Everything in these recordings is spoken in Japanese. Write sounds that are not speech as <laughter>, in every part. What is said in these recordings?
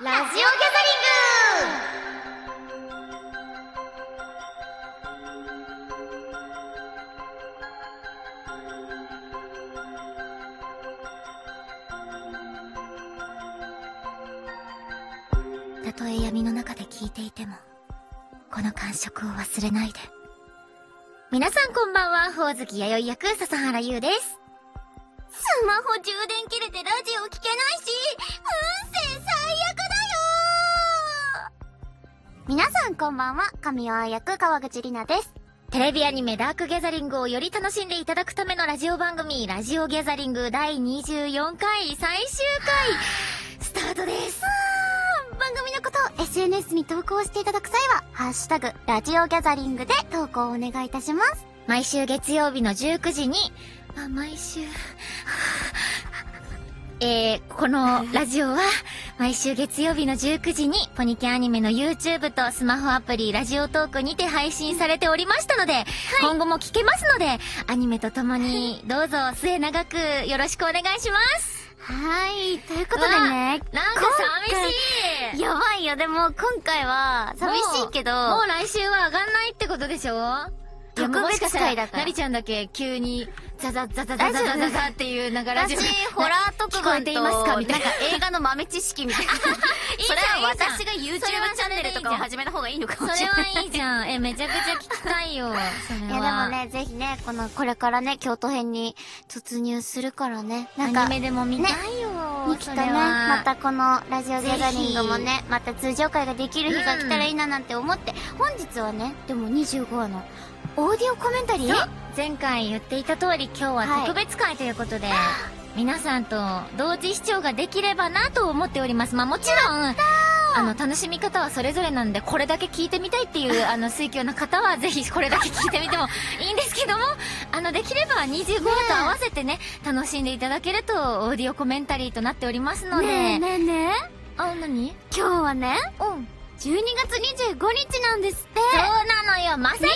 ラジオギャザリングたとえ闇の中で聞いていても、この感触を忘れないで。皆さんこんばんは、ほおずき弥生役、笹原優です。スマホ充電切れてラジオ聞けないし、運勢最悪だよ皆さんこんばんは、神尾愛役、川口里奈です。テレビアニメダークギャザリングをより楽しんでいただくためのラジオ番組、ラジオギャザリング第24回最終回、スタートです。番組のことを SNS に投稿していただく際は、ハッシュタグ、ラジオギャザリングで投稿をお願いいたします。毎週月曜日の19時に、あ、毎週、えー、こ <laughs> のラジオは、毎週月曜日の19時に、ポニキャンアニメの YouTube とスマホアプリ、ラジオトークにて配信されておりましたので、今後も聞けますので、アニメとともに、どうぞ末永くよろしくお願いします。はい、ということでね、なんか寂しいやばいよ、でも今回は寂しいけど、もうもう来週は上がんないってことでしょ特別会だからいやもししたなりちゃんだけ急にザザザザザザザザザっていう流れ私、ホラー特聞こえ番てと、いますかみたいななんか映画の豆知識みたいな。いじそゃんれはいいじゃん私が YouTube チャンネルとかを始めた方がいいのかそれもしれない。はいいじゃんえめちゃくちゃ聞きたいよそれはいやでもね、ぜひね、この、これからね、京都編に突入するからね、なんアか、ニメでも見たいよ、に来たそれね、はまたこのラジオギャザリングもね、また通常会ができる日が来たらいいななんて思って、本日はね、でも25話の、オーディオコメンタリーそう前回言っていた通り今日は特別会ということで、皆さんと同時視聴ができればなと思っておりますまあもちろんあの楽しみ方はそれぞれなんでこれだけ聞いてみたいっていうあの水強な方はぜひこれだけ聞いてみても <laughs> いいんですけどもあのできれば25話と合わせてね楽しんでいただけるとオーディオコメンタリーとなっておりますので、ねえねえねえあ何今日はねうん12月25日なんですってそうなのよまさかメリ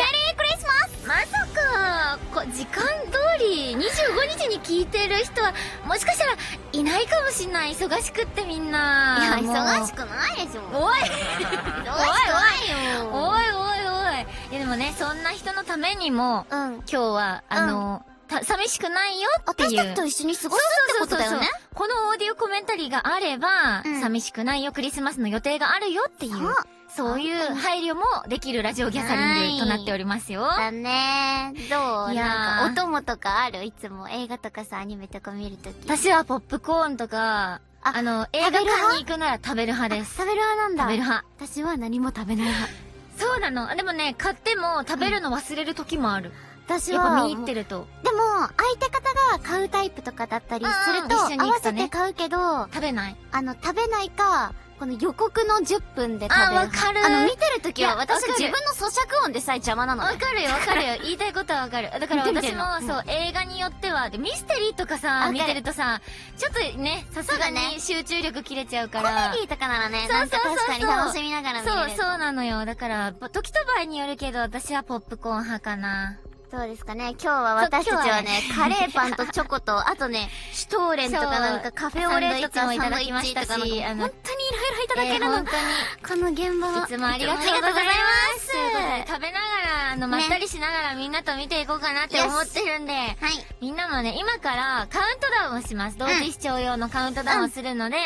ークリスマスまさかこ時間通り25日に聞いてる人はもしかしたらいないかもしんない忙しくってみんないいや忙しくくないでしょおい忙しくおいないおよいおいいやでもねそんな人のためにもうん今日はあの、た寂しくないよっていう私たちと一緒に過ごすってことだよねそうそうそうそうこのオーディオコメンタリーがあれば、うん寂しくないよクリスマスの予定があるよっていうそうそういう配慮もできるラジオギャザリングとなっておりますよ。だねどういやーなんかお供とかあるいつも映画とかさアニメとか見るとき私はポップコーンとか、ああの、映べる画派館に行くなら食べる派です。食べる派なんだ食べる派。私は何も食べない派そうなの。でもね、買っても食べるの忘れる時もある。私やっはぱ見入ってると。でも相手方が買うタイプとかだったりするとうんうん一緒に合行わくとせねて買うけど食べない。あの、食べないか、この予告の10分で食べる。あわかるあの、見てるときいやは私わかる自分の咀嚼音でさえ邪魔なのわね。かるよ、わかるよ。 <laughs> 言いたいことはわかる。だから見て私るのも、そう、映画によっては、で、ミステリーとかさ、わかる見てるとさ、ちょっとね、さすがそうだねに集中力切れちゃうかコメら。ディとかならね、そなうんそかうそうそう確かに楽しみながら見そうれる。そうなのよ。だから、ぼ時と場合によるけど、私はポップコーン派かな。どうですかね、今日は私たちはね、そうカ今日はねレーパンとチョコと、あと <laughs> ね、シュトーレンとかなんそかうカフェオレとかサンドもイいッチもただきましたいただきましたしし、本当にいろあいのろいただけるえーの本。当に。この現場はいつもありがとうございつもありがいまとうございす。食べながら、あの、まったりしながらみんなと見ていこうかなって思ってるんで、ますはい。みんなもね、今からカウントダウンをします。同時視聴用のカウントダウンをするので、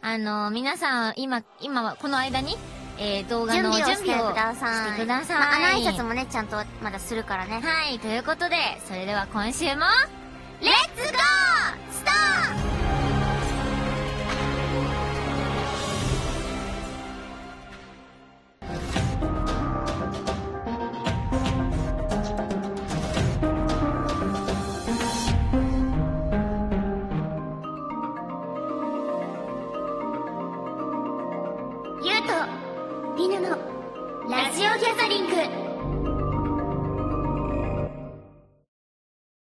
あの、皆さん、今、今は、この間に、えー動画準の備準を備してをください。してくださいまあ、あの挨拶もね、ちゃんとまだするからね。はい、ということで、それでは今週も、レッツゴースターゆうとりなのラジオギャザリング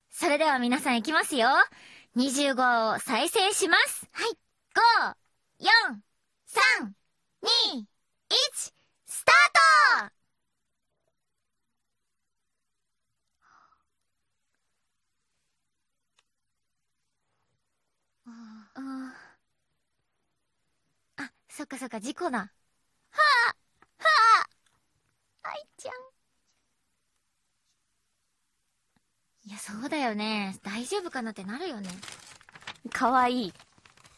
それでは皆さん行きますよ。25話を再生します。はい。5、4、3、2、1、スタートあそっかそっか、事故な。愛ちゃん。いや、そうだよね。大丈夫かなってなるよね。かわいい。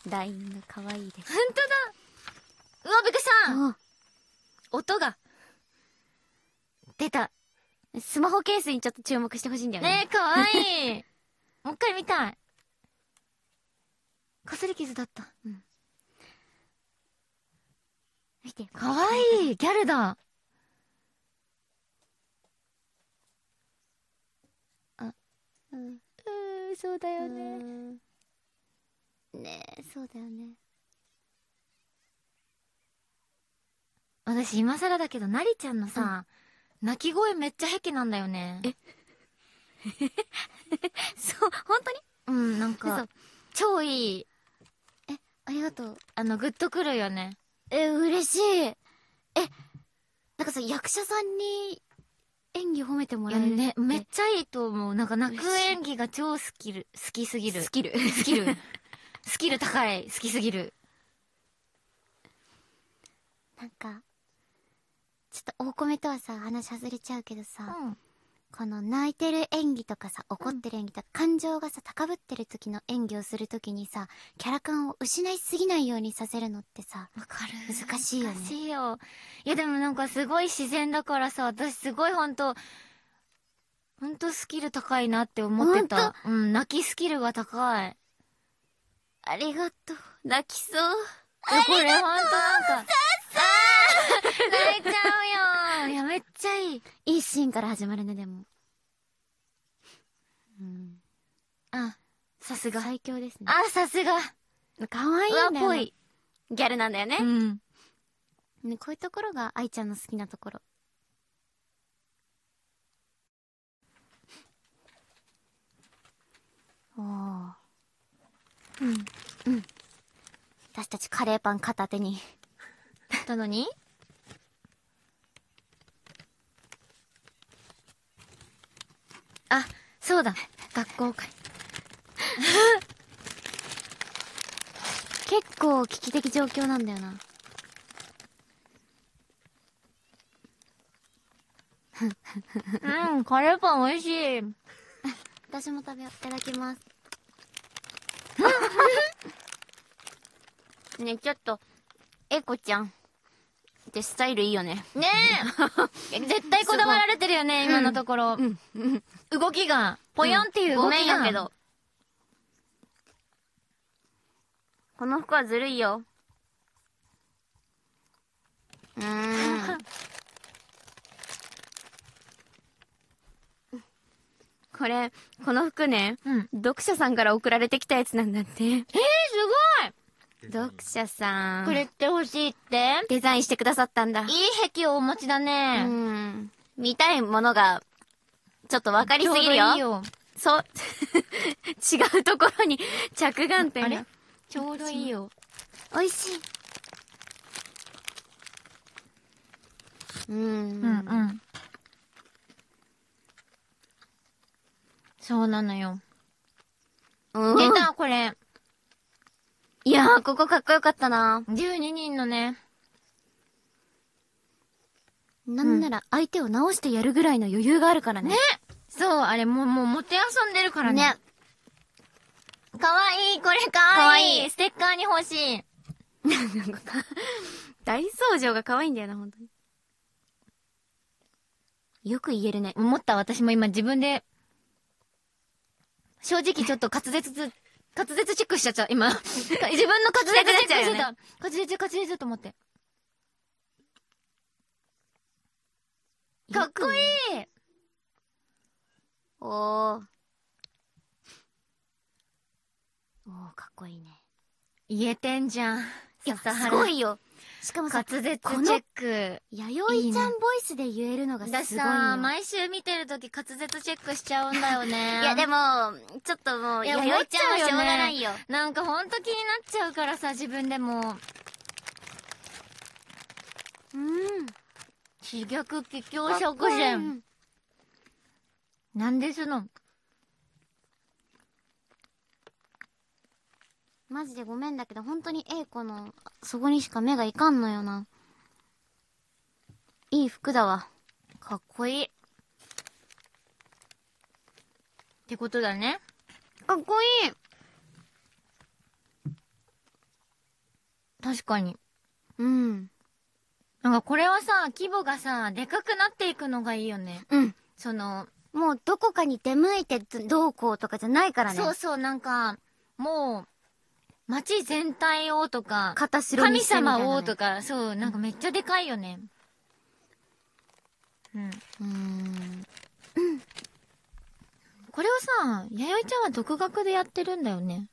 ラインがかわいいです。ほんとだうわ、びっくりしたあ音が。出た。スマホケースにちょっと注目してほしいんだよね。ねえ、かわいい。 <laughs> もう一回見たい。かすり傷だった。見て。かわいい。ギャルだ。うん。うん、そうだよね。ねえ、そうだよね。私今更だけど、なりちゃんのさ、泣き声めっちゃ癖なんだよね。えそう、本当にうん、なん嘘か、超いい。ありがとう。あの、グッとくるよね。え、嬉しい。え、なんかさ、役者さんに演技褒めてもいらやえるね、めっちちゃいいと思う。なんか泣く嬉しい演技が超スキル、好きすぎる。スキル。スキル。スキル高い。好きすぎる。なんか、ちょっと大米とはさ、話外れちゃうけどさ、ん。この泣いてる演技とかさ、怒ってる演技とか、感情がさ、高ぶってる時の演技をする時にさ、キャラ感を失いすぎないようにさせるのってさ、わかる。難しいよね難しいよ。いやでもなんかすごい自然だからさ、私すごいほんと、ほんとスキル高いなって思ってた。うん、泣きスキルが高い。ありがとう。泣きそう。いやこれほんとなんか、あー泣いちゃうよ。いやめっちゃいい。いいシーンから始まるね、でも。うん。あ、さすが。最強ですね。あ、さすが。あ、かわいいんだよ和なっぽい。ギャルなんだよねう。ん。ねこういうところが愛ちゃんの好きなところ。おーうん。私たちカレーパン片手に。たのにあ、そうだ。学校会。 <laughs> 結構危機的状況なんだよな。うん、カレーパン美味しい。私も食べよう。いただきます。 <laughs> ねえちょっと、エコちゃん。ってスタイルいいよね。ねえ <laughs> いや絶対こだわられてるよね、今のところ。動きが、ぽよんっていう動きごが。めんやけど。この服はずるいよ。うーん。これ、この服ね、うん。え読者さんから送られてきたやつなんだって。ー、す読者さん。ごいくれ、てほしいってデザインしてくださったんだ。いい癖をお持ちだうね。ん。見たいものが、ちょっとわかりすぎるよ。ちょうどいいよ。そう、 <laughs> 違うところに着眼あ点れが。ちょうどいいよ。美味しい。うーん。うんうん。そうなのよ。うん。出た、これ。いやー、ここかっこよかったな。 12人のね。なんなら相手を直してやるぐらいの余裕があるからね。ねそう、あれ、もう、もう、もて遊んでるからね。ね。かわいい、これかわいい。ステッカーに欲しい。 <laughs> 大僧正が可愛いんだよな、本当に。よく言えるね。思った、私も今自分で、正直ちょっと滑舌、滑舌チェックしちゃった、 <laughs> 今。自分の滑舌チェックしてた。滑舌、滑舌と思って。かっこいい。いおー。おー、かっこいいね。言えてんじゃん。いや、笹原すごいよ。しかもさ滑、舌チェック。弥生ちゃんボイスで言えるのがすごい私よ。さ、毎週見てるとき滑舌チェックしちゃうんだよね。いや、でも、ちょっともう、いや弥生ちゃんはしょうがないよ。なんかほんと気になっちゃうからさ、自分でも。うん。刺激気境食前。なんですのマジでごめんだけど、本当に A 子の、そこにしか目がいかんのよな。いい服だわ。かっこいい。ってことだね。かっこいい確かに。うん。なんかこれはさ、規模がさ、でかくなっていくのがいいよね。うん。その、もうどこかに出向いてどうこうとかじゃないからね。そうそう、なんか、もう、街全体をとか、片白に神してみたいなね様をとか、そう、なんかめっちゃでかいよね。うん。うーん。これをさ、弥生ちゃんは独学でやってるんだよね。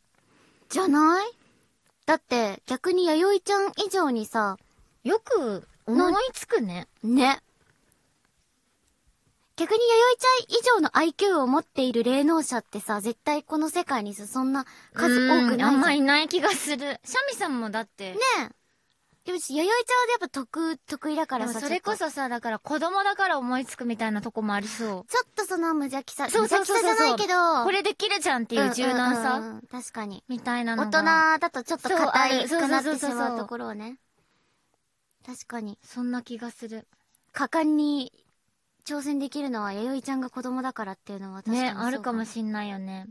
じゃないだって、逆に弥生ちゃん以上にさ、よく思いつくね。ね。逆に弥生ちゃん以上の IQ を持っている霊能者ってさ、絶対この世界にさ、そんな数多くないじゃうんあん。んまいない気がする。シャミさんもだって。ねねえ。でもし、弥生ちゃんはやっぱ得、得意だかだかららさ、それこちょっそさ、だから子供だから思いつくみたいなとこもありそう。と。ちょっとその無邪気さ、そうそうそうそう無邪気さじゃないけど、これできるじゃんっていう柔軟さ、うんうんうんうん確かに。みたいなの大が。人だとちょっと硬いそうあくるなってしそうそうそうまそううところをね。確かに。そんな気がする。果敢に挑戦できるのは弥生ちゃんが子供だからっていうのは確かにね、そうあるかもれしんないよね。